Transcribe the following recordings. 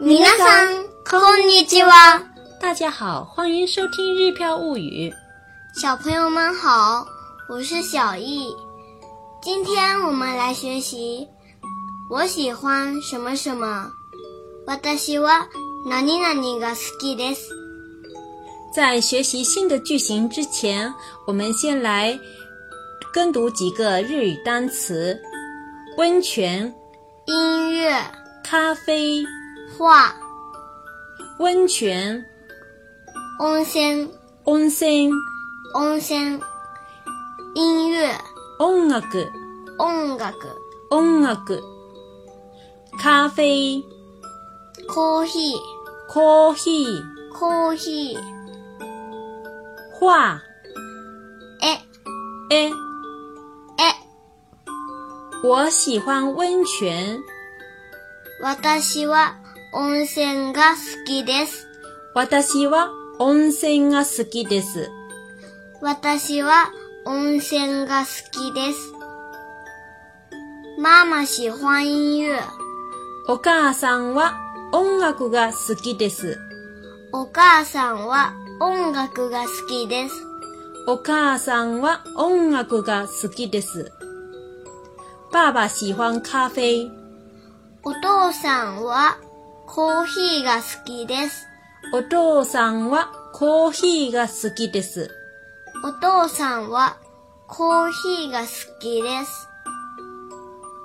皆さん、こんにちは。大家好，欢迎收听《日飘物语》。小朋友们好，我是小易。今天我们来学习我喜欢什么什么。私は何々が好きです。在学习新的句型之前，我们先来跟读几个日语单词：温泉、音乐、咖啡、画、温泉、温泉、温泉、温泉、音乐、音楽、音楽、音楽、咖啡、コーヒー、コーヒー、コーヒー、画、絵、え。絵。我喜欢温泉。私は温泉が好きです。私は温泉が好きです。私は温泉が好きです。妈妈喜欢音乐。お母さんは音楽が好きです。お母さんは音楽が好きです。お母さんは音楽が好きです。爸爸喜欢咖啡。お父さんはコーヒーが好きです。お父さんはコーヒーが好きです。お父さんはコーヒーが好きです。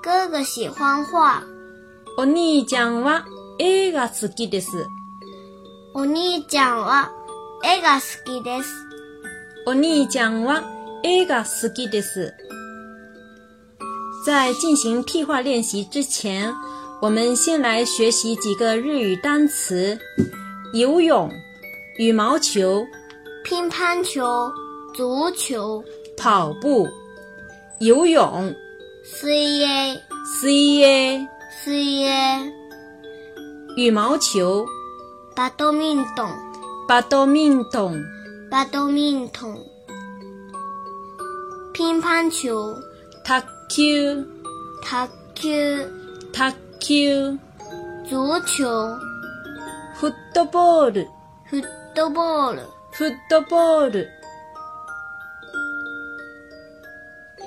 哥哥喜欢画。お兄ちゃんは絵が好きです。お兄ちゃんは絵が好きです。お兄ちゃんは絵が好きです。在进行替换练习之前，我们先来学习几个日语单词：游泳、羽毛球、乒乓球、足球、跑步、游泳、水泳、水泳、水泳、羽毛球、バドミントン、バドミントン、バドミントン、乒乓球、卓球、卓球、卓球、足球、フットボール、フットボール、フットボール，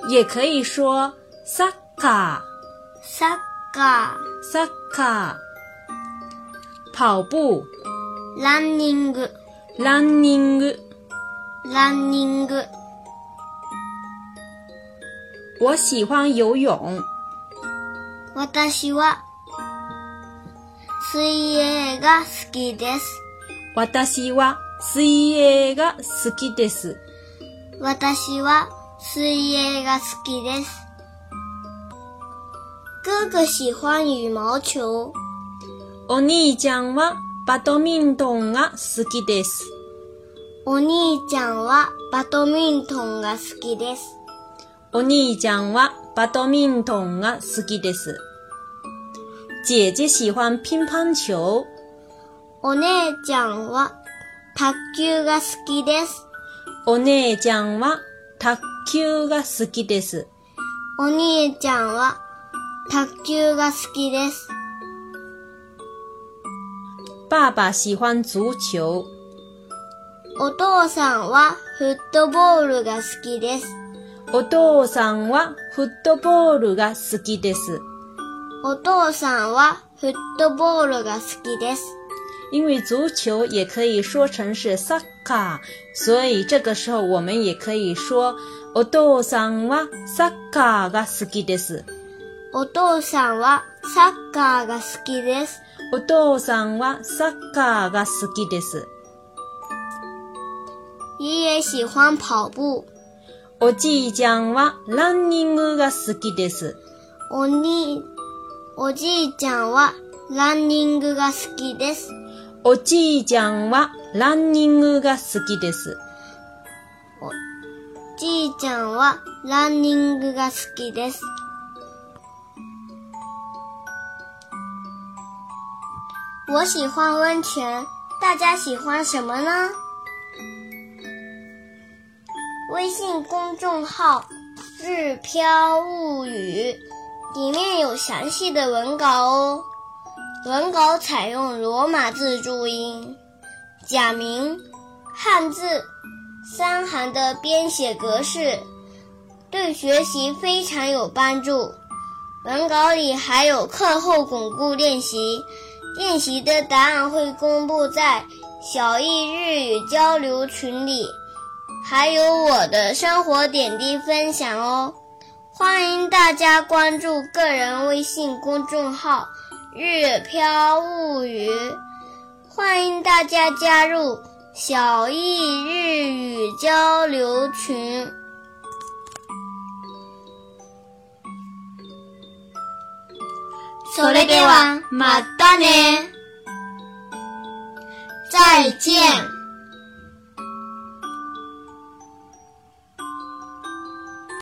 也可以说サッカサッカー、サッカー，跑步、ー、ランニング、ランニング。ランニング。我喜欢游泳，私は水泳が好きです。私は水泳が好きです。私は水泳が好きです。哥哥喜欢羽毛球。お兄ちゃんはバドミントンが好きです。お兄ちゃんはバドミントンが好きです。お兄ちゃんはバドミントンが好きです。姐姐喜欢乒乓球。お姉ちゃんは卓球が好きです。お姉ちゃんは卓球が好きです。お兄ちゃんは卓球が好きです。爸爸喜欢足球。お父さんはフットボールが好きです。お父さんはフットボールが好きです。お父さんはフットボールが好きです。因为足球也可以说成是サッカー，所以这个时候我们也可以说お父さんはサッカーが好きです。お父さんはサッカーが好きです。お父さんはサッカーが好きです。爷爷喜欢跑步。おじいちゃんはランニングが好きです。おに、おじいちゃんはランニングが好きです。おじいちゃんはランニングが好きです。じいちゃんはランニングが好きです。我喜欢温泉，大家喜欢什么呢？微信公众号“日飘物语”里面有详细的文稿哦，文稿采用罗马字注音，假名、汉字、三行的编写格式，对学习非常有帮助。文稿里还有课后巩固练习，练习的答案会公布在小易日语交流群里，还有我的生活点滴分享哦。欢迎大家关注个人微信公众号“日飘物语”，欢迎大家加入小易日语交流群。それではまたね，再见。